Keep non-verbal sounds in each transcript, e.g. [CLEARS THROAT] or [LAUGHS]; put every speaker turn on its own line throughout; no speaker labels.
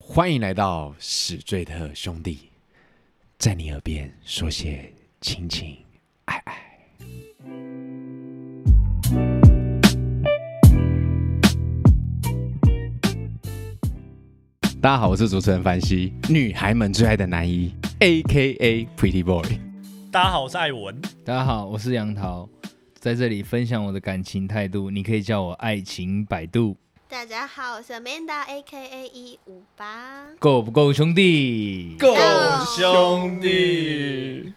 欢迎来到史最特兄弟，在你耳边说些亲情爱爱。大家好，我是主持人凡西，女孩们最爱的男一，A K A Pretty Boy。
大家好，我是艾文。
大家好，我是杨桃，在这里分享我的感情态度，你可以叫我爱情百度，
大家好，我是 Amanda A K A 一五八。
够不够兄弟？
够
兄
弟，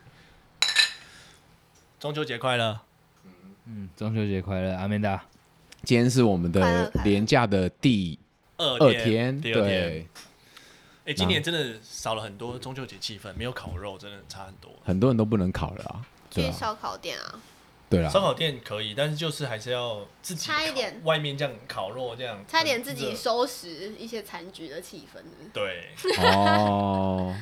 中秋节快乐！
嗯，中秋节快乐，阿曼达。
今天是我们
快乐
的
快乐
连假的第
二
二
天，
天，
第二天。
对，
哎，今年真的少了很多中秋节气氛，没有烤肉，真的差很多。
很多人都不能烤了啊，对
去
啊，
烧烤店啊，
对啊
烧，烤店可以，但是就是还是要自己
差一
烤
点
外面这样烤肉这样，
差点自己
很热
收拾一些残局的气氛。
对
哦，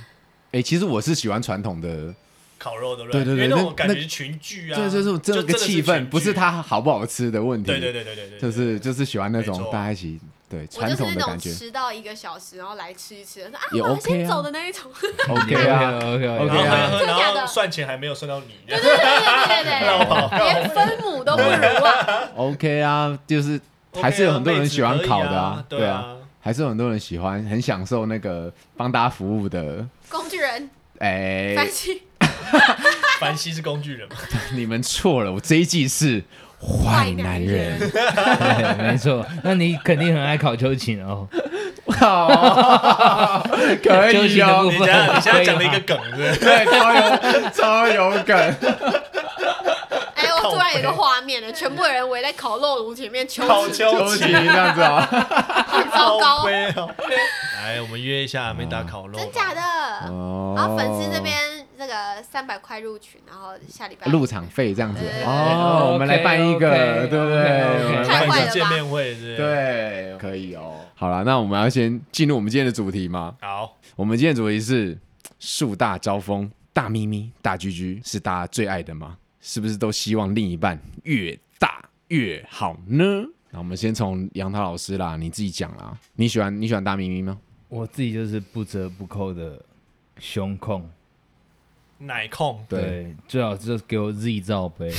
哎、其实我是喜欢传统的，
烤肉的，
对对对
因为那
那
种感觉
那
是群聚啊，
对，就是这
真
个
的
气
群
氛，
聚
不是它好不好吃的问题，
对对对对对对，对
就是就是喜欢那种
没错
大家一起对
我
传
就是
统的
那种
感觉
迟到一个小时，然后来吃一吃，说啊，
也
我要
OK
先
啊
走的那一种。 [LAUGHS] 对
，OK 啊，
，OK
然后
OK 啊
还
真
喝，
的假的
然后算钱还没有算到你，
对对对
[LAUGHS]
对对，连分母都不如啊！
，OK 啊，就是还是有很多人喜欢烤的啊，
对
对啊，，还是有很多人喜欢，很享受那个帮大家服务的，
工具人，
哎、
三七
凡西是工具
[LAUGHS]
人嘛，
你们错了，我这一季是坏男人。，
对，哎没错。那你肯定很爱考秋瑾哦。
[LAUGHS] 好，哦可
休
以
息的部
哦
你
分。
现在你现在
可以
讲了一
吗
个梗，是不是？
对，超有超有梗，
哎，我突然有个画面了，全部人围在烤肉炉前面
[LAUGHS]
求
烤
职，
秋
[LAUGHS] 周琦
千，哦
这样子啊。
很糟糕，
[LAUGHS]
来，我们约一下没打烤肉，
真假？的。
哦
然后粉丝这边那个三百块入群，然后下礼拜
入场费这样子
对对对
哦，我们来办一个，
OK，OK，
对不对？我们
OK，OK
来
太
办一个
坏了吧
见面会是？，
哎对，可以哦。好了，那我们要先进入我们今天的主题吗？
好，
我们今天的主题是树大招风，大咪咪，大居居是大家最爱的吗？是不是都希望另一半越大越好呢？那我们先从杨涛老师啦，你自己讲啦。你喜欢你喜欢大咪咪 [LAUGHS] 吗？
我自己就是不折不扣的胸控，
奶控，
对，最好就是给我 Z 罩杯，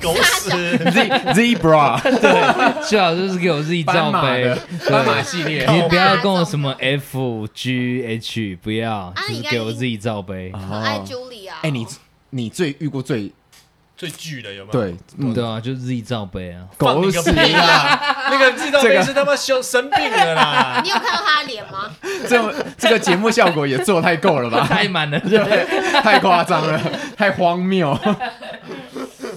狗屎，
Z [LAUGHS] Zebra
[LAUGHS] 最好就是给我 Z
斑
罩
马
杯
的。斑马系列
你不要跟我什么 F G H，不要，就是给我 Z 罩杯。
很爱 Julie 啊。
哦哎、你你最遇过最
最巨的有没有？
对，嗯
对啊，就是 Z 罩杯啊。
放
狗
你个
屎
屁
啊！
啦！那个制造杯是他妈生生病了啦！
[LAUGHS] 你有看到他的脸
[LAUGHS]
吗？
嗯
这这个节目效果也做太够了吧？
太满了，
太夸张了，太荒谬。
[LAUGHS]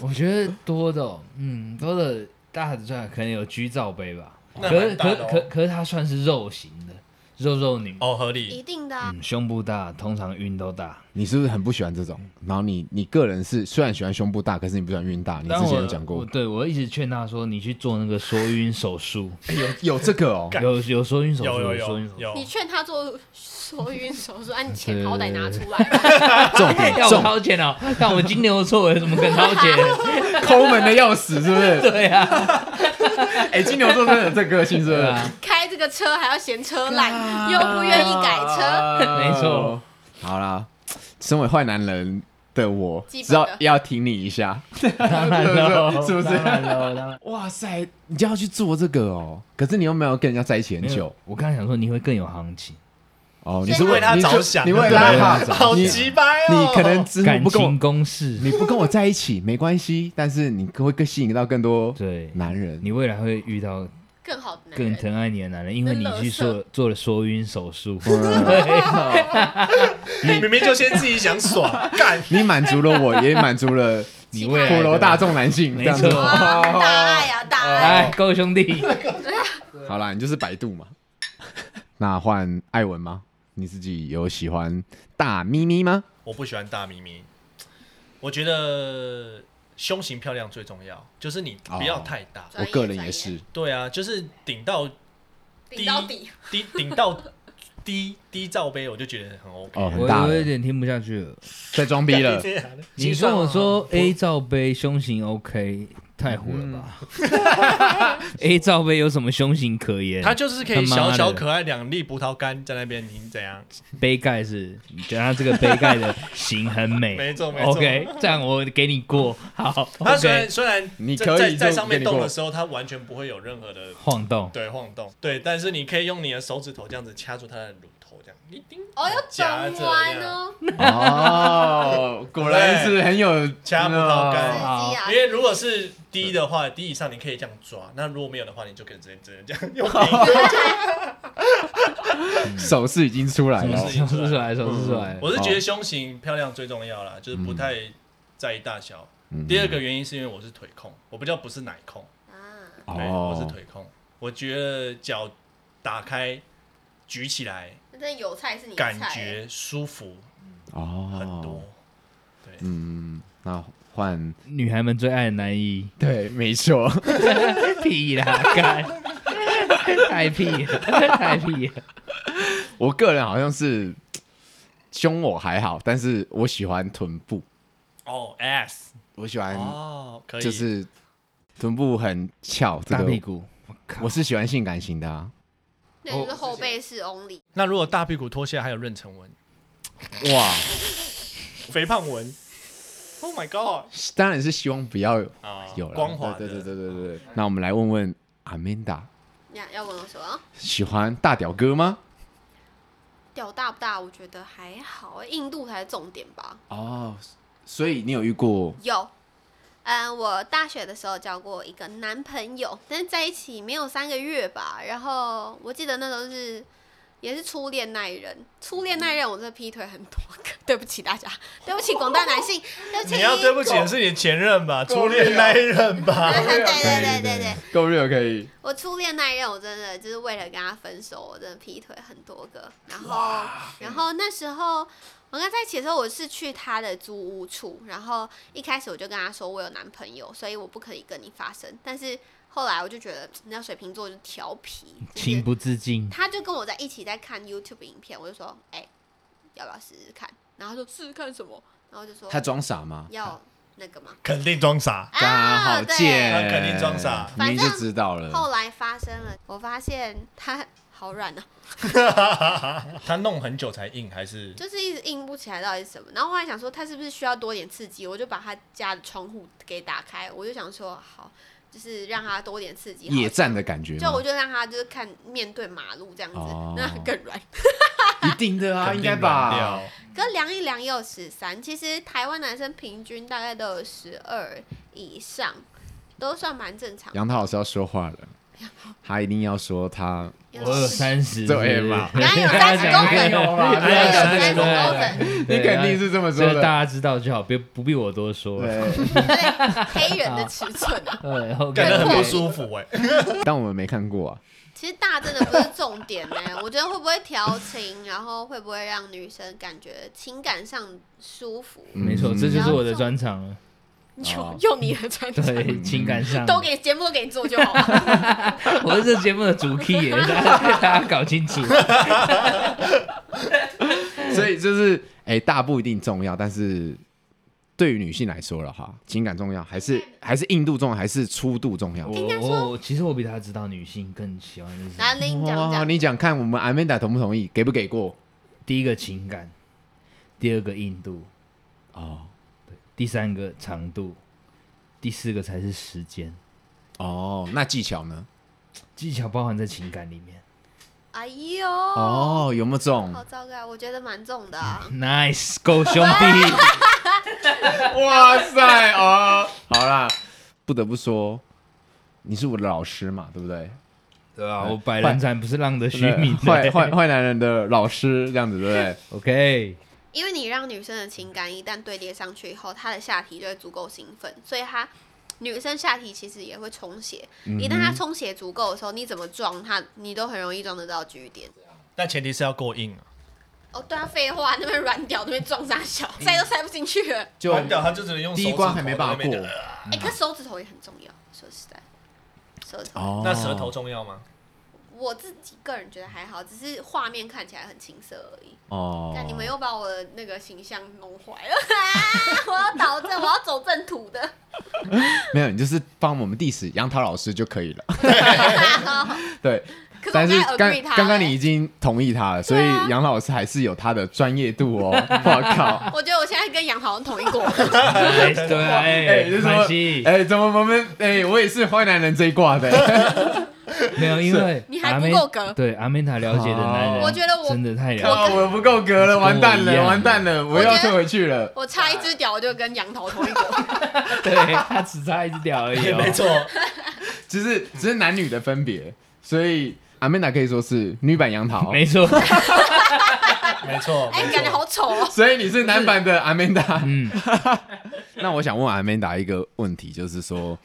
我觉得多的哦、嗯，多的大的算可能有居罩杯吧，
那
可是
蛮大
可
的哦
可可是她算是肉型的，肉肉女，
[LAUGHS] 哦，合理
一，定的啊，
嗯，胸部大，通常晕都大。
你是不是很不喜欢这种？然后你你个人是虽然喜欢胸部大，可是你不喜欢孕大。你
但
之前
我
有讲
我
过，
对我一直劝她说，你去做那个缩晕手术，
有这个
[LAUGHS]
哦。
有有缩晕手术，
有有
缩晕
有
手术。
你
有，
劝他做缩晕手术，啊，你钱好歹拿出来吧。
重点
要哎我
重
掏钱哦，看我金牛座有什么跟掏 [LAUGHS] 钱？
抠门的要死，是不是？
对啊，
哎，金牛座真的有这个性，是不
对
是？
啊，
[LAUGHS] 开这个车还要嫌车烂，又不愿意改车，
车
啊没错。
好啦，身为坏男人的我，
基本
知道
的
要挺你一下。
当然喽，
是不是
当然喽，当然。
哇塞，你就要去做这个哦。可是你又没有跟人家在一起很
没
久
有。我刚才想说你会更有行情，
哦，
所以
你是
他
为
为他
你
着
就
想
你
的
为
对
他
对啊
好，
好
你
鸡掰哦！
你可能之后
感
不跟我
情攻势，
你不跟我在一起没关系，但是你会更吸引到更多
对，
男人。
你未来会遇到
更好的男
更
人。
疼爱你的男人，因为你去做做了缩晕
[LAUGHS]
手术。
明明就先自己
[LAUGHS]
想爽，干
你满足了我，也满足了
你
对
未
普
来
罗
的
大众男性，
没
这样子。
错
哇，大爱啊，大爱！
[LAUGHS] 哎，各位兄弟，
好啦，你就是百度嘛。 [LAUGHS] 那换艾文吗？你自己有喜欢大咪咪吗？
我不喜欢大咪咪，我觉得胸型漂亮最重要，就是你不要太大。
哦
我
专业
个人也是，
对啊，就是顶到
顶到底，
哎
低， [LAUGHS] 顶到低低罩杯，我就觉得很 OK。
哦很
我
大了
我有点听不下去了。
[LAUGHS]
在装逼了。
干你娘的哦
你跟我说 A 罩杯胸型 OK，太虎了吧 [LAUGHS]
[LAUGHS]
？A 罩杯有什么凶型可言？
嗯他就是可
他
以
妈
小巧
的
可爱两粒葡萄干在那边，你怎样？
杯盖是，你觉得它这个杯盖的形很美，
[LAUGHS] 没错没错
OK，这样我给你过，好
他虽
，OK，
然虽然
你
在
可以
在
就
在上
给
面
你
动
过
的时候，他完全不会有任何的
晃动，
对晃动，对，但是你可以用你的手指头这样子掐住他的乳头，这样一定
哦，要转弯哦，
哦，果然是很有
掐不到杆
司
哦
机啊
因，为如果是低的话，低以上你可以这样抓，那如果没有的话，你就可以直接直接这样用力。
手势已经出来
什么
了
手。势嗯
手势出来，手势出来，
我是觉得胸型漂亮最重要啦，就是不太在意大小。
嗯
第二个原因是因为我是腿控，我比较不是奶控，
啊，
哦
对，我是，腿控。我觉得脚打开举起来
那真的有菜是你的
感
菜欸，
觉舒服
哦，
很多。
嗯，那换，
女孩们最爱的男一
[LAUGHS] 对，没错，
[LAUGHS] 屁啦，
[LAUGHS]
干，太屁了，太屁了，
我个人好像是胸我还好，但是我喜欢臀部，
哦，S
我喜欢
哦，可以，
就是臀部很翘，这
大
个
屁股，我靠
我，是喜欢性感型的啊。
那就是后背是 only，
那如果大屁股脱下来还有妊娠纹、
哇，
肥胖纹，Oh my god！
当然是希望不要有
啊
有啦
光滑的，
对对对对对对。那我们来问问阿曼达，
要要问我什么？
喜欢大屌哥吗？
屌大不大？我觉得还好欸，印度才是重点吧。
哦，所以你有遇过
有，嗯，我大学的时候交过一个男朋友，但是在一起没有三个月吧。然后我记得那时候是也是初恋那一任，初恋那一任我真的劈腿很多个， [LAUGHS] 对不起大家，对不起广大男性，对不起。
你要对不起的是你前任吧，初恋那一任
[LAUGHS]
吧。
对对对对对对，
够热可以？
我初恋那一任，我真的就是为了跟他分手，我真的劈腿很多个。然后，然后那时候我跟他在一起的时候，我是去他的租屋处，然后一开始我就跟他说我有男朋友，所以我不可以跟你发生。但是后来我就觉得，你知道水瓶座就调皮，就是
情不自禁，
他就跟我在一起在看 YouTube 影片，我就说，哎、要不要试试看？然后他说试试看什么？然后我就说
他装傻吗？
要那个吗？
肯定装傻。
刚好
啊对
贱，
他肯定装傻
明明
反
就
正
知道了。
后来发生了，我发现他好软啊。
他弄很久才硬，还是
就是一直硬不起来，到底是什么？然后后来想说，他是不是需要多点刺激？我就把他家的窗户给打开，我就想说，好，就是让他多点刺激。
野
好
战的感觉吗，
就我就让他就是看面对马路这样子，
哦
那更软。 [LAUGHS]
[LAUGHS] 一定的啊，
肯
应
定
该
软掉
吧？？
可量一量也有十三，其实台湾男生平均大概都有十二以上，都算蛮正常的。
杨涛老师要说话了，他一定要说他
我有三十，
对嘛
刚刚有
哎
三十公分，
有 [LAUGHS] 啦
刚刚有三十
[LAUGHS] 对啊
公分，
你肯定是这么说
这
的。
大家知道就好，别不必我多说。
[LAUGHS]
呃
对，
黑人的尺寸啊。
对
感觉
，OK，
很不舒服哎。
但我们没看过啊。
其实大真的不是重点呢、我觉得会不会调情，然后会不会让女生感觉情感上舒服？
嗯哦
没错，这就是我的专长了。
用用你
[LAUGHS]
的专长，
嗯
对，情感上
都给节目都给你做就好了。
我是这节目的主 key 耶， [LAUGHS] 大家大家搞清
[LAUGHS]
楚。
所以就是，哎，大不一定重要，但是对于女性来说了哈，情感重要还是
嗯
还是硬度重要，还是粗度重要？
应该
我
说
我其实我比他知道女性更喜欢的
来，
是
林讲讲，
你讲看我们 Amanda 同不同意，给不给过？
第一个情感，第二个硬度，
哦
第三个长度，第四个才是时间。
哦，那技巧呢？
技巧包含在情感里面。
哎呦，
哦，有没有重？
好糟糕，我觉得蛮重的、啊。
Nice，够兄弟。
哇塞哦，好啦，不得不说，你是我的老师嘛，对不 [LAUGHS] 对？
对啊，我百人斩不是浪得虚名。
坏坏坏男人的老师这样子，对不对？
，OK，
因为你让女生的情感一旦堆叠上去以后，她的下体就会足够兴奋，所以她女生下体其实也会充血。
嗯
一旦她充血足够的时候，你怎么撞她，你都很容易撞得到据点。
但前提是要够硬啊，
哦，对啊，废话，那边软屌那边撞啥小，
嗯
塞都塞不进去了。
就
完掉他就只能用
第
手
一
指
关
头
还没
在
办
那
法
边
过
讲呃
哎、可手指头也很重要，说实在，手指头。
哦
那舌头重要吗？
我自己个人觉得还好，只是画面看起来很青涩而已。
哦
但你
[LAUGHS]
[LAUGHS] 们又把我的那个形象弄坏了，我要导正，我要走正途的。
没有，你就是帮我们 diss 杨桃老师就可以了。 [LAUGHS] 对，
可是我
但是刚
agree 他啊
刚刚
欸
你已经同意他了，所以杨老师还是有他的专业度
[LAUGHS]
哦。我
[LAUGHS]
靠！
我觉得我现在跟杨好像同一
[LAUGHS]
国，
哎对啊，哎
哎，这，怎
惋
么
惜？
哎，怎么我们哎，我也是淮南人这一挂
[LAUGHS]
的。
没有，因为
你还
阿
不
妹
够格
对阿梅塔了解的男人，
我觉得我
真的太了
靠，
解。
我不够格了，完蛋
跟我
了，
一样
完蛋了，我又要退回去了。
我差一只屌我就跟杨桃同一
[LAUGHS]
国。
对他只差一只屌而已、
[LAUGHS] [LAUGHS]
哦，
没错，
只是只是男女的分别，所以阿曼达可以说是女版杨桃，
没错，
没错，
哎、
没
感觉
错。
好丑哦。
所以你是男版的阿曼达。
嗯，
[LAUGHS] 那我想问阿曼达一个问题，就是说，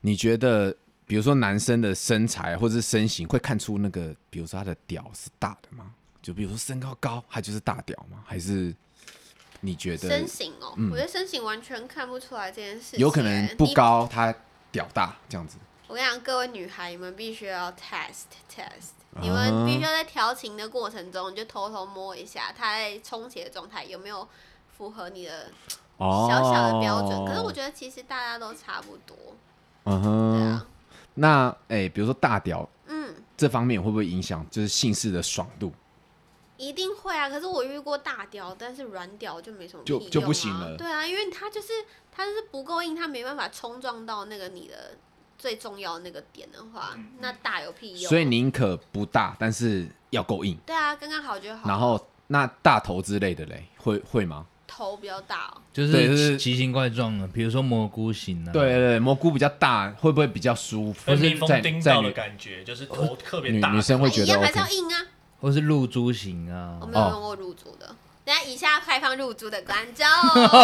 你觉得比如说男生的身材或者是身形会看出那个，比如说他的屌是大的吗？就比如说身高高，他就是大屌吗？还是你觉得
身形哦、
嗯
我觉得身形完全看不出来这件事情。
有可能不
你。
高，他屌大这样子？
我跟你讲，各位女孩，你们必须要 test test，
啊
你们必须要在调情的过程中，你就偷偷摸一下他在充血的状态有没有符合你的
哦，
小小的标准。可是我觉得其实大家都差不多，
得，嗯
对
哼，
啊，
那哎、比如说大屌
嗯，
这方面会不会影响就是性事的爽度？
一定会啊。可是我遇过大屌，但是软屌就没什么屁
就
用、啊、
就不行了
对啊，因为它就是它就是不够硬，它没办法冲撞到那个你的最重要的那个点的话，那大有屁
嗯
用啊。
所以宁可不大，但是要够硬。
对啊，刚刚好就好。
然后那大头之类的嘞，会会吗？
头比较大、哦，
就
对就是是
奇奇形怪状的，比如说蘑菇型啊，
对对对，蘑菇比较大，会不会比较舒服？
被
或
蜜
是在
蜂叮
在
到的
女哦
感觉，就是头特别
女
大。
女生会觉
一
得
样还是
OK
要硬啊。
或是露珠型啊
我，没有
哦
用过入租的，等下以下开放入租的观
[LAUGHS]
众。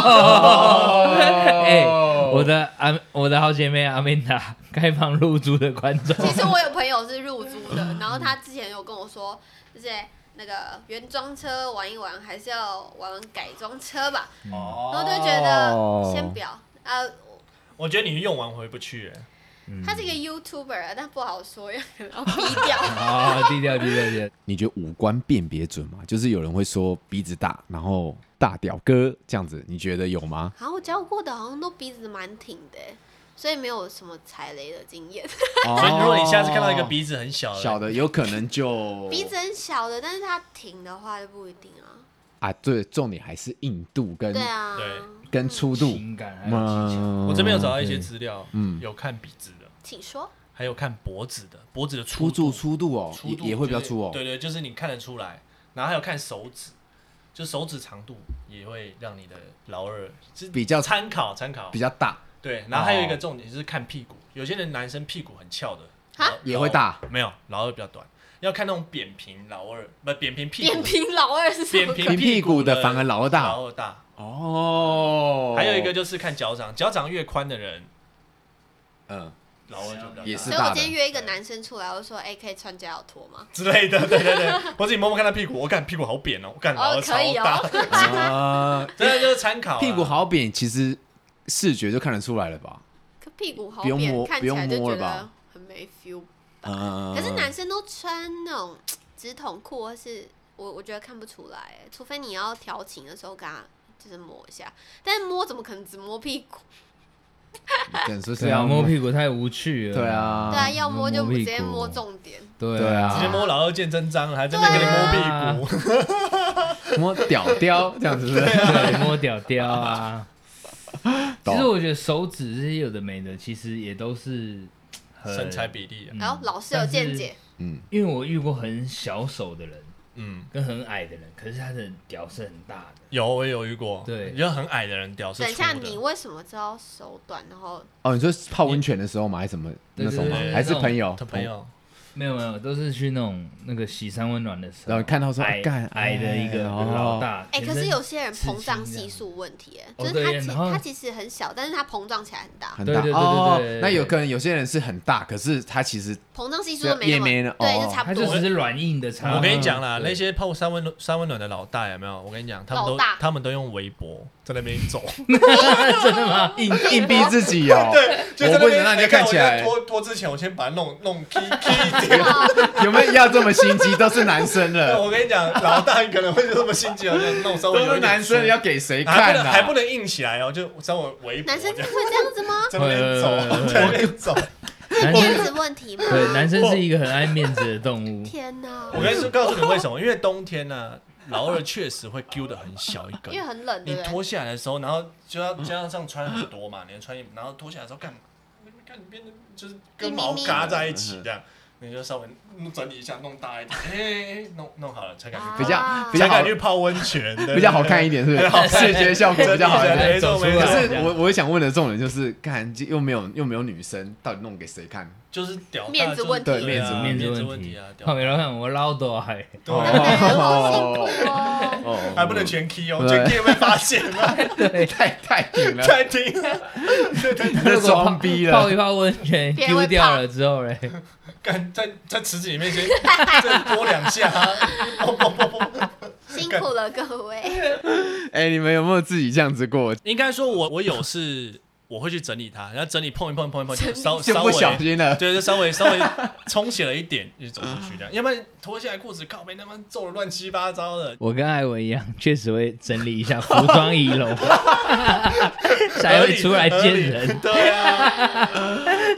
哦
[LAUGHS]
哎、
哦
我的阿我的好姐妹阿美达 [LAUGHS] 开放露珠的观众，
其实我有朋友是入租的，然后他之前有跟我说，就是那个原装车玩一玩，还是要玩玩改装车吧。
哦
然后就觉得先不要。呃，
我觉得你用完回不去欸了。嗯
他是一个 YouTuber，但不啊好说，要然后低调。
[LAUGHS]
啊，低调低调低调，
你觉得五官辨别准吗？就是有人会说鼻子大，然后大屌哥这样子，你觉得有吗？
好像我教过的好像都鼻子蛮挺的，所以没有什么踩雷的经
哦
验。
[LAUGHS] 所以如果你下次看到一个鼻子很小的，
小的，有可能就
哦鼻子很小的，但是它挺的话就不一定啊。
啊，对，重点还是硬度跟
对啊，
对
跟粗度。
嗯
[LAUGHS] 情感还有技巧，
嗯
我这边有找到一些资料，
嗯
有看鼻子的，
请说。
还有看脖子的，脖子的
粗度
度
粗度哦，
粗
也
度
也会比较
就是
粗哦。
对对，就是你看得出来，然后还有看手指，就手指长度也会让你的老二是
比较
参考参考
比。较哦大
对，然后还有一个重点就是看屁股，有些人男生屁股很翘的，
哈
老
也会，大
老没有老二比较短，要看那种扁平老二，不扁平屁股，
[LAUGHS] 扁平老二是什么
扁平
鬼？
屁股的
的
反而老二大
老二大。
哦。
还有一个就是看脚掌，脚掌越宽的人，
嗯，
老二就比较大
也是
所以
大
我
的
今天约一个男生出来，我就说：“哎、可以穿夹脚拖吗
之类的，对对对，或者你摸摸看他屁股，我看屁股好扁哦，我？”看老
哦
二，超
可以
大，
哦。
啊，
真的就是参考
[LAUGHS]
啊
屁股好扁，其实视觉就看得出来了吧？
可屁股好
不用
扁，
摸
看
不
起
用
来就
摸
觉
了
得
吧
很没 feel。
嗯，
啊
可是男生都穿那种直筒裤，或是我我觉得看不出来，除非你要调情的时候，跟他就是摸一下。但是摸怎么可能只摸屁股？
等于说是
对啊，
要
摸屁股太无趣了，
对，啊，
对啊，要摸就
摸屁
直
股
接摸重点。
对
对啊
直接摸老二见真章了，还真的给你
啊
摸屁股，
摸屌屌这样子是不是，
对，摸屌屌啊。
[LAUGHS]
其实
懂
我觉得手指这些有的没的，其实也都是
[LAUGHS]
很
身材比例啊，
然后老师有见解，
嗯，
因为我遇过很小手的人
嗯，
跟很矮的人，可是他的屌是很大的。
有我也有遇过，
对
有很矮的人屌是
等一
粗
下你
的，
为什么知道手短？然后
哦，你说泡温泉的时候吗？还是什么
对
那种吗
对对？对
还是朋友哦
他朋，友
没有没有，都是去那种那个喜山温暖的时候，
然后看到说
矮
干
矮的一个
哎哦
老大。
哎、
全
可
身
是有些人膨
刺青这
胀系
样
数问题、哎，
哦
就是
对
他
耶
其
然后
他其实很小，但是他膨胀起来很大。
很大
对对对对
哦
对对对。
那有可能有些人是很大，可是他其实
膨胀系数都没
也
那么
没呢
对，
哦
就差
他
不
就
多
只。是软硬的差。
我跟你讲啦，
对
那些泡三温暖三温暖的老大有没有？我跟你讲，他们
老
都
大
他们都用围脖，
在那边走，
[LAUGHS] 真的吗？
硬
[LAUGHS]
硬逼自己
[LAUGHS]
哦。
对，就在那
我不
边
能让人家
哎
看
我
起
在
来
脱脱之前，我先把它弄弄劈劈掉。
哦
[LAUGHS]
有没有要这么心机？都是男生
[LAUGHS]
对
[LAUGHS] 了，
我跟你讲，老大可能会就这么心机，好像弄稍微
都
有
是
一点
男生，
粗
要给谁
还
看
不能
啊？
还不能硬起来哦，就稍微围脖
男生
这
真
样
[LAUGHS]
的，会这样子吗？
在那边走，
会
在那边走。
男
面
生
子问题吗？，
对男生是一个很爱面子的动物 [LAUGHS]
天哪！
我跟你说，告诉你为什么？因为冬天呢、老二确实会揪的很小一根
因为，很冷，对
你
不对？
脱下来的时候，然后就要加上穿很多嘛，你要穿衣服，然后脱下来的时候干嘛？看你变得就是跟毛嘎在一起这样，
嗯
你就稍微嗯整理一下，弄大一点，哎、弄弄好了才敢去泡，
比较
啊
比较
才
好
敢去泡温泉，对
比较好看一点，是不是？视觉效果比较好一点。
没错没
可
错，
是我我想问的重点就是，看又没有又没有女生，到底弄给谁看？
就是屌大
面子问题
就是对啊
对
面
面
子
子
问
问
题
题
啊，屌
胖给老看我唠叨哎，
对
那
啊，
男人好辛
[LAUGHS]
苦哦。
哦
还不能全 K 哦，
对
全 K 会被发现
[LAUGHS]
啊，
太太顶了，
太听了，对对对，
那装逼
泡
了。
一泡温泉
别人会
丢掉了之后嘞，
干在在池子里面先再拨两下啊，啵啵啵啵
辛苦了各位，
哎，你们有没有自己这样子过？
应该说我，我有事我会去整理它，然后整理碰一碰碰一碰，
整
就
理
稍
就
稍
不
微
小心了。
对，就稍微稍微充血了一点，就走出去这
嗯
样，要不然脱下来裤子，靠背他妈皱的乱七八糟的。
我跟艾文一样，确实会整理一下服装仪 [LAUGHS] 容，才
合
会
理
出来见，
合理
人，
对啊，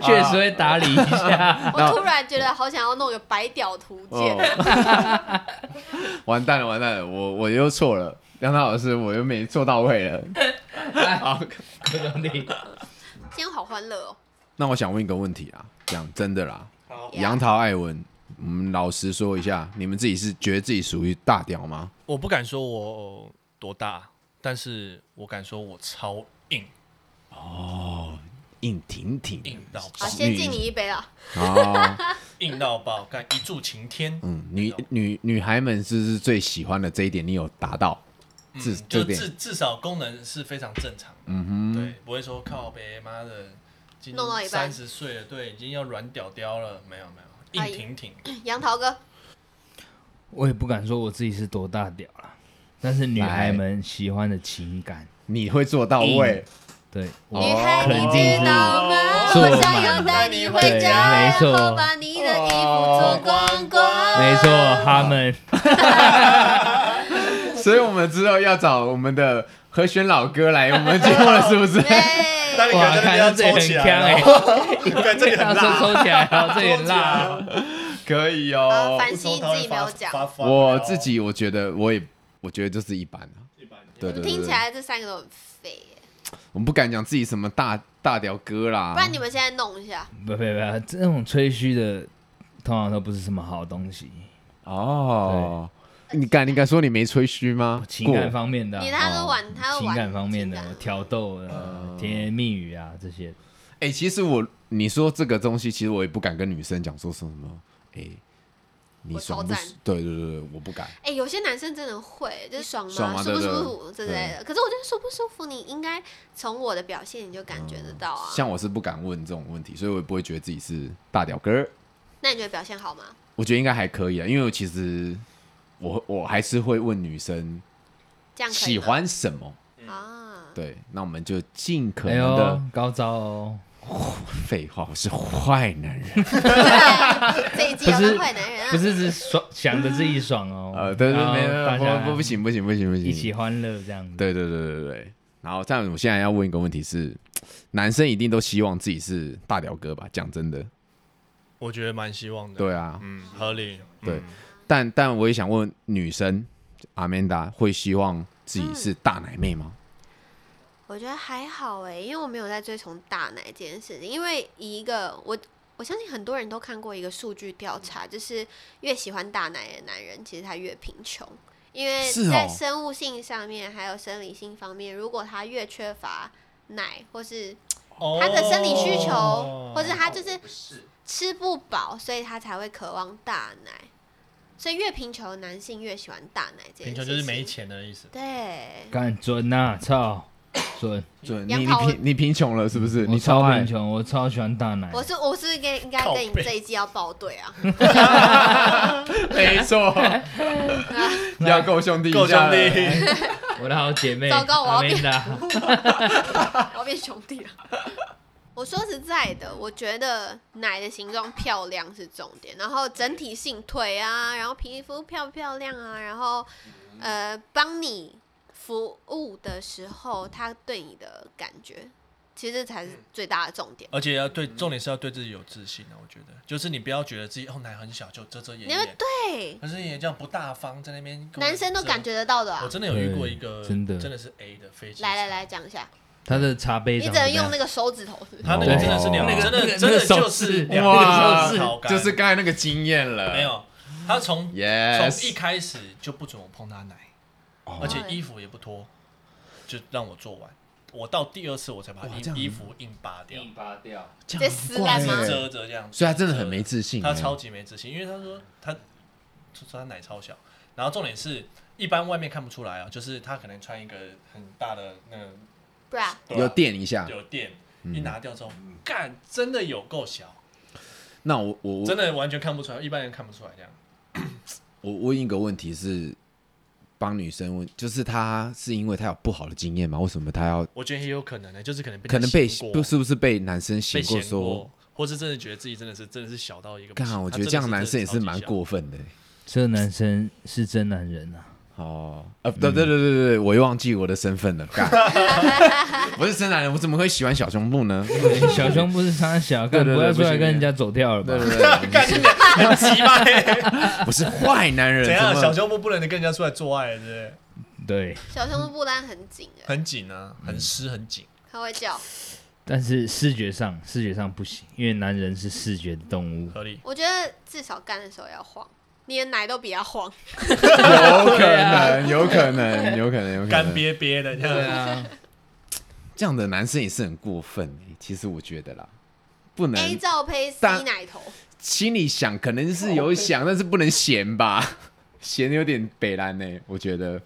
确实会打理一 [LAUGHS] 下。
我突然觉得好想要弄个白屌图鉴。
哦，完蛋了，完蛋了，我我又错了，梁涛老师，我又没做到位了。好，
各种地
今天好欢乐哦，
那我想问一个问题啊，讲真的啦，
[LAUGHS] 好，
Yeah
杨桃艾文，我们老实说一下，你们自己是觉得自己属于大屌吗？
我不敢说我多大，但是我敢说我超硬，
硬挺挺
硬到爆
好，，先敬你一杯了。
啊，
硬到爆，干一柱擎天。
嗯，女女女孩们是不是最喜欢的这一点，你有达到？
嗯
自
就
这
是
点
至至少功能是非常正常的，
嗯
对，不会说靠北妈的，今
弄到一半
三十岁了，对，已经要软屌屌了，没有没有，
哎
硬挺
[LAUGHS]
挺，
[CLEARS THROAT] 杨桃哥，
[LAUGHS] 我也不敢说我自己是多大屌啦，但是女孩们喜欢的情感，
你会做到位，
对，我
女孩你
肯哦定
知
是
道吗？
做
我
满
想要带你回
对
家，
没
然
错
后把你的衣服做光光。
没错，他们
所以我们之后要找我们的何轩老哥来我们节目了，是不
[LAUGHS]
是？
那
[LAUGHS] 对，
你可
哇，
能
看
要
到这
抽
很
起
香
来
哎
了，，对，这里
[LAUGHS] 到
很
时
[LAUGHS]
候
辣，
抽起来 [LAUGHS] 哦，这也很辣哦。
可以
好
哦。
反省自己没有讲。
我自己我觉得我也我觉得就是一般啊，对对对
听起
对，
来这三个都很废耶，
我们不敢讲自己什么大大屌哥啦
不。然你们现在弄一下。
不不不，这种吹嘘的通常都不是什么好东西。
哦，你敢你敢说你没吹嘘吗？
情感
过
方面的啊、
你他都玩，他都
情
玩
感方面的
情感
挑逗的、
哦
呃甜言蜜语啊这些，
哎、其实我你说这个东西，其实我也不敢跟女生讲说什么，哎、你
我超
爽不
赞
爽？对对对，对我不敢。
哎、有些男生真的会，就是爽
爽
吗？
吗
舒不
对对
舒服之类的。可是我觉得舒不舒服，你应该从我的表现你就感觉得到啊。
像我是不敢问这种问题，所以我也不会觉得自己是大屌哥儿。
那你觉得表现好吗？
我觉得应该还可以啊，因为我其实我我还是会问女生
这样可以
喜
吗
欢什么。
啊？
对，那我们就尽可
哎
能的
呦。高招哦，
废话，我是坏男
[LAUGHS]
人。
对，这一季要
不是
当坏男人啊
不！是只爽想着自己爽哦，
呃，对对
然后
对，
大
没有，
家
不不不行不行不行不行，
一起欢乐这样子。
对对对对对对。然后，但我现在要问一个问题是，男生一定都希望自己是大屌哥吧？讲真的，
我觉得蛮希望的，
对啊，
嗯，合理，
对。但但我也想问女生，阿曼达会希望自己是大奶妹吗？
嗯
我觉得还好哎、因为我没有在追崇大奶这件事情。因为以一个我我相信很多人都看过一个数据调查，就是越喜欢大奶的男人，其实他越贫穷。因为
是哦
在生物性上面，还有生理性方面，如果他越缺乏奶，或是
哦
他的生理需求，或者他就是吃不饱，所以他才会渴望大奶。所以越贫穷的男性越喜欢大奶这件
贫
事
穷
情。
就是没。钱的意思，
对，
干准呐、操准！
准你
杨
你
桃
贫你贫穷了是不是？
我
你
超
超爱
贫穷，我超喜欢大奶。
我是我是不是跟应该跟你
靠背
这一季要报对啊？ [LAUGHS]
没错，要够兄弟一
啊
够兄
下了
弟，
我的好姐妹，
糟糕我要
阿
变
梅达，
我要变兄弟了。 [LAUGHS] 我说实在的，我觉得奶的形状漂亮是重点，然后整体性腿啊，然后皮肤漂不漂亮啊，然后呃，帮你服务的时候，他对你的感觉，其实才是最大的重点。
而且要对，重点是要对自己有自信啊！我觉得，就是你不要觉得自己哦奶很小就遮遮掩
你要
掩，
对
可是也这样不大方，在那边跟我
男生都
遮
感。觉得到的啊、
我真的有遇过
对
一个，
真的
真的是 A 的飞机，
来来，来讲一下，
他的茶杯
你
长
只
得
能
怎样
用那个手指头是不是
他那个真的是两，
哦
真
那
的
个
真
那
的
个手
就是
势
[LAUGHS] 两
哇
个手指，
就是刚才那个经验了，
没有，他从从一
，yes，
开始就不准我碰他奶，
哦
而且衣服也不脱，就让我做完。我到第二次我才把
哇
衣
这样
衣服硬扒掉，
硬拔掉，
直
接撕烂吗
所
遮着这样。
以他真的很没自信，哎欸
他超级没自信，因为他说他就说他奶超小，然后重点是一般外面看不出来啊，就是他可能穿一个很大的那个
不然
对啊
有嗯垫一下。
有垫，一拿掉之后，干真的有够小，
那我我我
真的完全看不出来，一般人看不出来这样。
我问一个问题是，帮女生问，就是她是因为她有不好的经验吗？为什么她要
我觉得也有可能的、欸就是可能被
可能被
嫌过
不是不是被男生嫌
被
过
嫌
说
过，，或是真的觉得自己真的是真的是小到一个不
干啊
行。
我
他
觉得
真的
这样
是
男生也
真
是
的
蛮
超级
过分的欸。
这个男生是真男人啊，
哦，呃，对对对对对，我又忘记我的身份了，干， [LAUGHS] 我是生男人，我怎么会喜哎欢小胸部 [LAUGHS] 呢？
对小胸不是他小，
对
干
对对
不要出来
不行
跟人家走掉了吧
对？对 [LAUGHS] 对，
小，干你娘很 [LAUGHS] 奇葩欸
我是坏男人，
怎样？
么
小胸部不能跟人家出来做爱，对不对？
对，
小胸部但很紧哎、
很紧啊，
嗯
很湿，很紧。
他会叫。
但是视觉上视觉上不行，因为男人是视觉的动物。
合理。
我觉得至少干的时候要晃，你的奶都比较晃。
有可能，有可能，有可能，有可能，
干瘪瘪的这样。
啊，
这样的男生也是很过分欸，其实我觉得啦，不
A
能
罩杯 C
但
奶头，
心里想，可能是有
哦
想，但是不能闲吧， [LAUGHS] 闲有点北蓝呢，我觉得。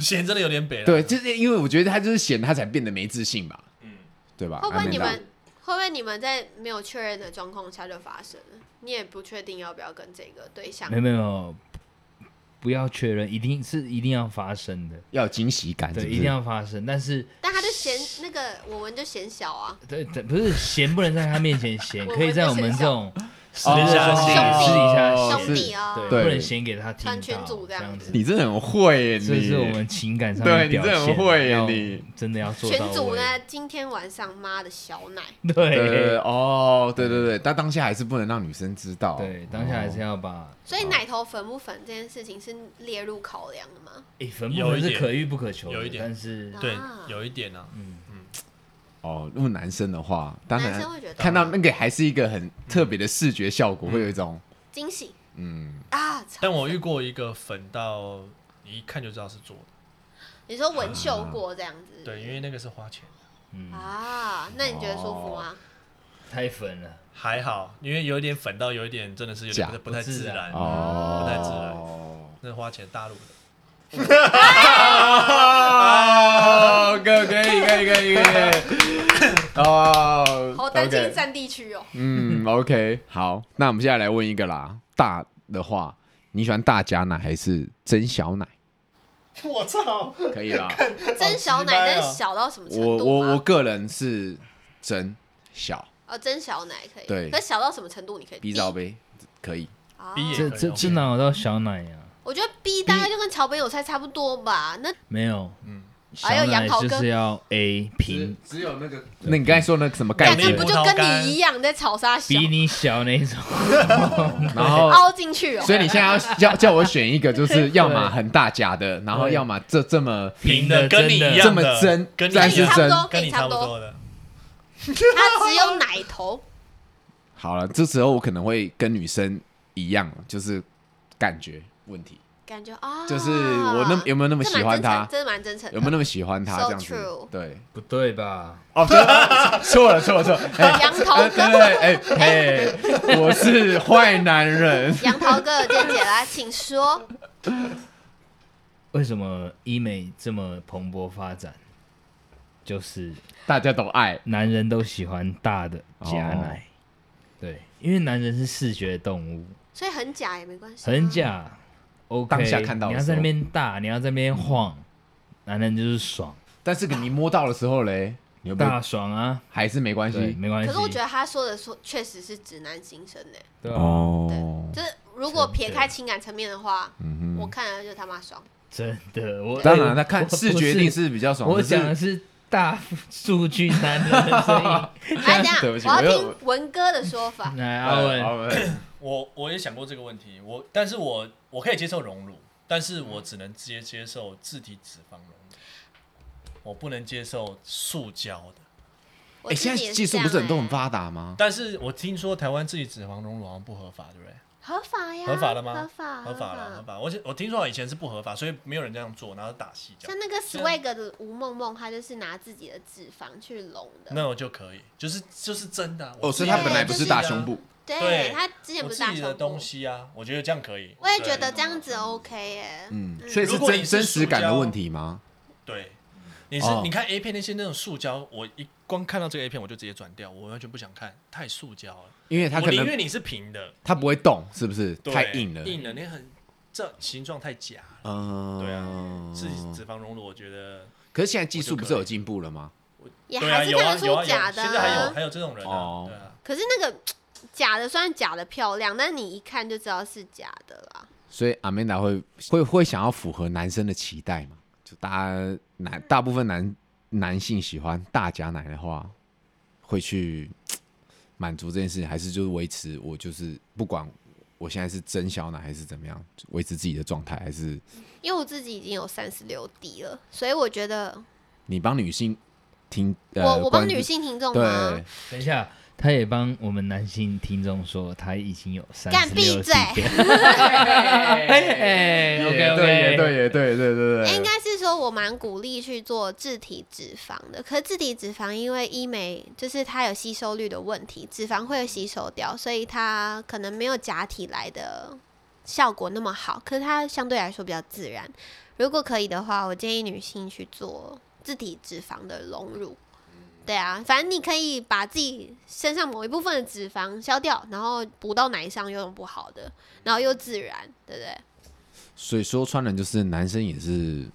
显真的有点北了。
对，就是因为我觉得他就是闲，他才变得没自信吧，嗯，对吧？
会不会你
安
们会不会你们在没有确认的状况下就发生了？你也不确定要不要跟这个对象
没有没有没有，不要确认，一定是一定要发生的，
要有惊喜感，哎
对，
是不
一
是
定要发生。但是
但他就嫌那个我们就嫌小啊，
对对，不是闲不能在他面前
[LAUGHS]
闲，
我
可以在我们这种私底
下
下
闲
私底下
哦
兄
闲
弟啊，
对
对，不能闲给他听
穿
到
群组
这
这样
样
子
子。
你真的很会耶，
[LAUGHS] 这
你
是我们情感上
对
面
你
表
真的很
现，
会耶
要
你
真的要做
群
到
主
位。
呢今天晚上妈的小奶，
对对对
[LAUGHS] 对
哦，对对对，但当下还是不能让女生知道，
对，当下还
哦
是要把
所以奶头粉不粉这件事情是列入考量的吗？
诶，哎粉
有
不
一
粉是
点
可遇不可求的，
有一点
但是
对
啊，
有一点啊。
嗯，
哦。如果男生的话，当然
男生会觉得
看到那个还是一个很特别的视觉效
嗯
果，会有一种
惊喜
嗯，
啊！操
但我遇过一个粉到你一看就知道是做的，
你说纹绣过这样子，
对，因为那个是花钱，
啊，那你觉得舒服吗？
太粉了，
还好，因为有一点粉到有一点真的是有点
假
不太
不自
自
啊
然
然，
哦，
嗯
不太自然。那花钱大陆的，
哦，可以可以可以可以可以，哦，
好担心
OK
占地区哦。
嗯，OK，好，那我们现在来问一个啦，大的话，你喜欢大假奶还是真小奶？
我
[LAUGHS]
操！
可以啦，
真小
好
奶，
直白哦
但
啊
是小到什么程
我
度
我我
吗？
个人是真小
哦，真小奶可以，
对
可是小到什么程度你可以
，B 罩杯可以，
啊
逼也
这
可以
这
哦
这哪有到小奶呀？
我觉得 B 大概就跟桥本有菜差不多吧。那
没有，
嗯，
小
哎呦杨
奶
桃
就
哥
是要 A 平，
只有那个，那你刚才说那个什么概
干
比
这
念
不
例？
就跟你一样在炒沙小
比你小那种， [LAUGHS]
然后，
凹进去哦？
所以你现在要要叫我选一个，就是要么很大假的，然后要么这这么
平的跟你一
这
样
么
的，
真
跟你
但
一
是
跟你
样
差
真
不多，
跟
跟
你
你
差不
差不多。
多的，
它只有奶头，
好了。这时候我可能会跟女生一样，就是感觉问题，
感觉
[LAUGHS]
啊，
就是我那有没有那么喜欢他，
这蛮真诚，
有没有那么喜欢他
So
这样子
true？
对，
不对吧？
哦， [LAUGHS] 错了错
[LAUGHS]
了错了，哎
杨
[LAUGHS]
桃
哎对
哥，
对对，哎哎，我是坏男人。
杨桃哥的见解来，请说。
为什么医美这么蓬勃发展？就是
大家都爱
男人都喜欢大的
哦
假奶，对，因为男人是视觉动物，
所以很假也没关系，啊
很。假。OK，
当下看到的
你
时候
要在那边大，你要在那边晃，男人就是爽，
但是你摸到的时候嘞，你又不
大爽啊，
还是没关
对，
系
没关系。
可是我觉得他说的说确实是直男心声呢，
对啊，
哦。
就是如果撇开情感层面的话，
嗯
我看了就他
[LAUGHS]
妈爽。
真的，我
当然，那看
我不
视觉一定是比较爽。
我
可是
讲的是大数据男人，所以。
来，等一
对不起
下，我
我
要
又
听文哥的说法
[LAUGHS]
来
呃
阿文，
我我也想过这个问题，我但是我我可以接受荣辱，但是我只能直接接受自体脂肪荣辱，我不能接受塑胶的。
我
哎，
自
现
己也
在
是
技术
这
不是
样
很都
欸
很发达吗？
但是我听说台湾自体脂肪荣辱好像不合法，对不对？
合法呀，
合法的吗？
合法，
合法了，合。法。我记我听说以前是不合法，所以没有人这样做，然后打细胶
像，那个 swag 的吴梦梦，她就是拿自己的脂肪去拢的。
那我就可以，就是就是真的啊。
哦，
我
所以
自己
他
的
本来不是
东西啊
大胸，部，
对，
对
她之前
我
不是
自
大
己的
胸
东
部。
西啊，我觉得这样可以。
我也觉
对
得这样子 OK 耶。
嗯，所以是
如果你
真
是
真实感的
塑胶
问题吗？
对，你是、
哦
你看 A 片那些那种塑胶，我一光看到这个 A 片我就直接转掉，我完全不想看，太塑胶了。
因为他
我
可
宁
能
愿你是平的，
他不会动，是不是
对
太硬了？
硬了你很这形状太假了。
嗯，
对啊，自己脂肪溶乳，我觉得
可是现在技术不是有进步了吗？
也
对啊，
还是
有
看
啊
得
有啊
出
有
假
啊，
的、
现在还有还有这种人
哦
啊，对啊，
可是那个假的虽然假的漂亮，但你一看就知道是假的啦。
所以阿曼达会会会想要符合男生的期待嘛？就大家男大部分男男性喜欢大假奶的话，会去嘖满足这件事，还是就是维持我就是不管我现在是真小奶还是怎么样，维持自己的状态，还是
因为我自己已经有三十六 D 了，所以我觉得
你帮女性听？呃、
我我帮
关
女性听众吗
对？，
等一下，他也帮我们男性听众说，他已经有三
干
十
闭
六
[LAUGHS]
嘴
哎，OK
也对也对
OK，
也对对对
哎应
对，
该是说我蛮鼓励去做自体脂肪的。可是自体脂肪因为医美就是它有吸收率的问题，脂肪会吸收掉，所以它可能没有假体来的效果那么好。可是它相对来说比较自然。如果可以的话，我建议女性去做自体脂肪的隆乳。对啊，反正你可以把自己身上某一部分的脂肪消掉，然后补到奶上，又有不好的，然后又自然，对不对？
所以说穿了就是男生也是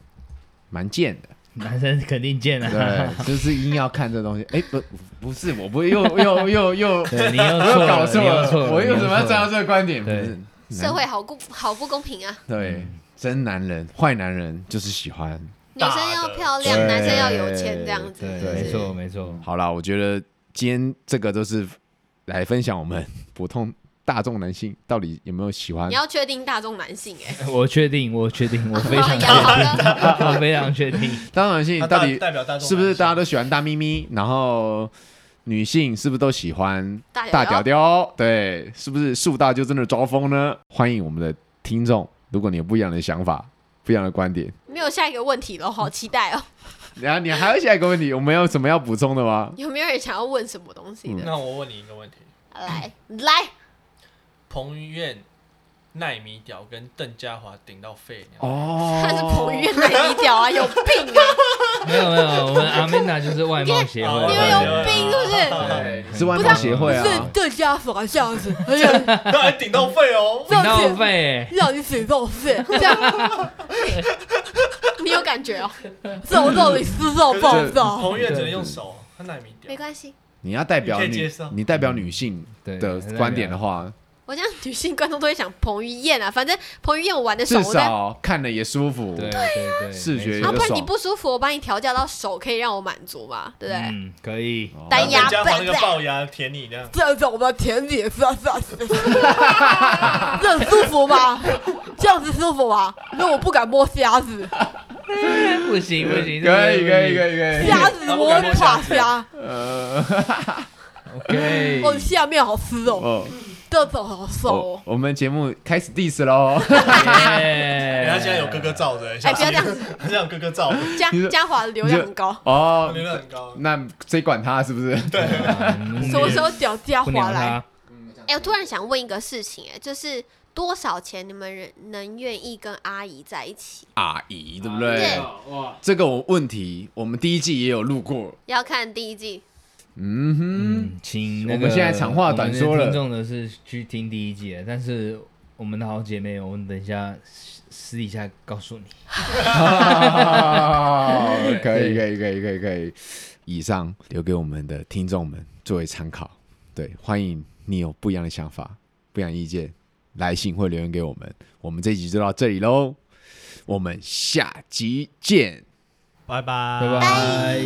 蛮贱
[LAUGHS]
的。
男生肯定贱啊，
对，就是硬要看这东西。哎、不，不是，我不
[LAUGHS]
又又又又，我
对你又错
又
了，
搞
你
错
又错
我
又
又怎么要
错
站到
了
这个观点？不
对
是
社会好不好不公平啊！
对，
嗯
真男人、坏男人就是喜欢。
女生要漂亮，
对
男生要有钱，这样子。
对，
对
没错没错，
好啦，我觉得今天这个都是来分享我们普通大众男性到底有没有喜欢
你。要确定大众男性哎、
我确定，我确定， [LAUGHS] 我非
[LAUGHS]
常确
要好了，
定，我非常确定，
大众男性
那
到
啊大
底
代表大众
是不是
男性
大家都喜欢大咪咪？然后女性是不是都喜欢
大
大
屌
屌屌，对，是不是树大就真的招风呢？欢迎我们的听众，如果你有不一样的想法、不一样的观点，
没有下一个问题了，好期待哦！ [LAUGHS]
然后你还有下一个问题，我们有什么要补充的吗？
有没有人想要问什么东西呢？
那我问你一个问题：
来来，
彭于晏奈米屌跟邓家华顶到废鸟，
哦
他是彭于晏的低调啊，有病
[LAUGHS]
啊！
没有没有，我们阿曼达就是外貌协
你
会，
们
你们
有
有
病
病
是不
是不
是
是？
对
嗯
是外貌协会
是
啊，
邓家华这样子，而且
那 [LAUGHS] 还顶到废哦。
[LAUGHS] 这样
浪
子
费，
让你水
[LAUGHS]
肉是这样， [LAUGHS] 你有
[LAUGHS]
感觉哦？肉肉里是肉
可是
爆肉，
彭于晏只能用手，他奈米屌
没。关系，
你要代表
你可以接
女
受，
你代表女性
对
的观点的话，
我这样女性观众都会想彭于晏啊，反正彭于晏我玩的
至
爽，我在
少看了也舒服。
对对对，
视觉
没
有
错
啊，不然
爽
你不舒服，我帮你调教到手可以让我满足嘛，对不对？
嗯，可以，
哦
单
然
压
后邓家华那
笨
个
蛋
龅牙舔你这样，
这种的甜点算算是， [LAUGHS] 这很舒服吗？这样子舒服吗？那我不敢摸虾子，
不行不行，
可以可以可以可以，
虾子我会怕虾，
呃，
，OK，
我下面好湿哦，
哦，
这种好瘦
我
哦。
我们节目开始 diss 喽。
哎，
他
他现在有哥哥罩着，
哎，不要这样子，
他现在有哥哥罩着，
嘉
你说
嘉华的流量很高，
哦
流，量很高。
哎
那谁管他是不是？
什么时候屌嘉
嗯不鸟
华来？
他？
哎，我突然想问一个事情，哎，就是多少钱你们人能愿意跟阿姨在一起？
阿姨，对不啊对？
对
这个我问题，我们第一季也有录过。
要看第一季，
嗯 [LAUGHS] 哼，
嗯，请那个
我们现在长话短说了
我们的听众的是去听第一季的，但是我们的好姐妹，我们等一下私私底下告诉你。
可以，可以，可以，可以，可以。以上留给我们的听众们作为参考。对，欢迎你有不一样的想法、不一样的意见，来信或留言给我们。我们这一集就到这里喽，我们下集见。
拜拜，
拜拜。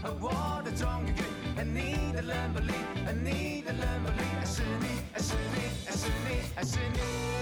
I see me.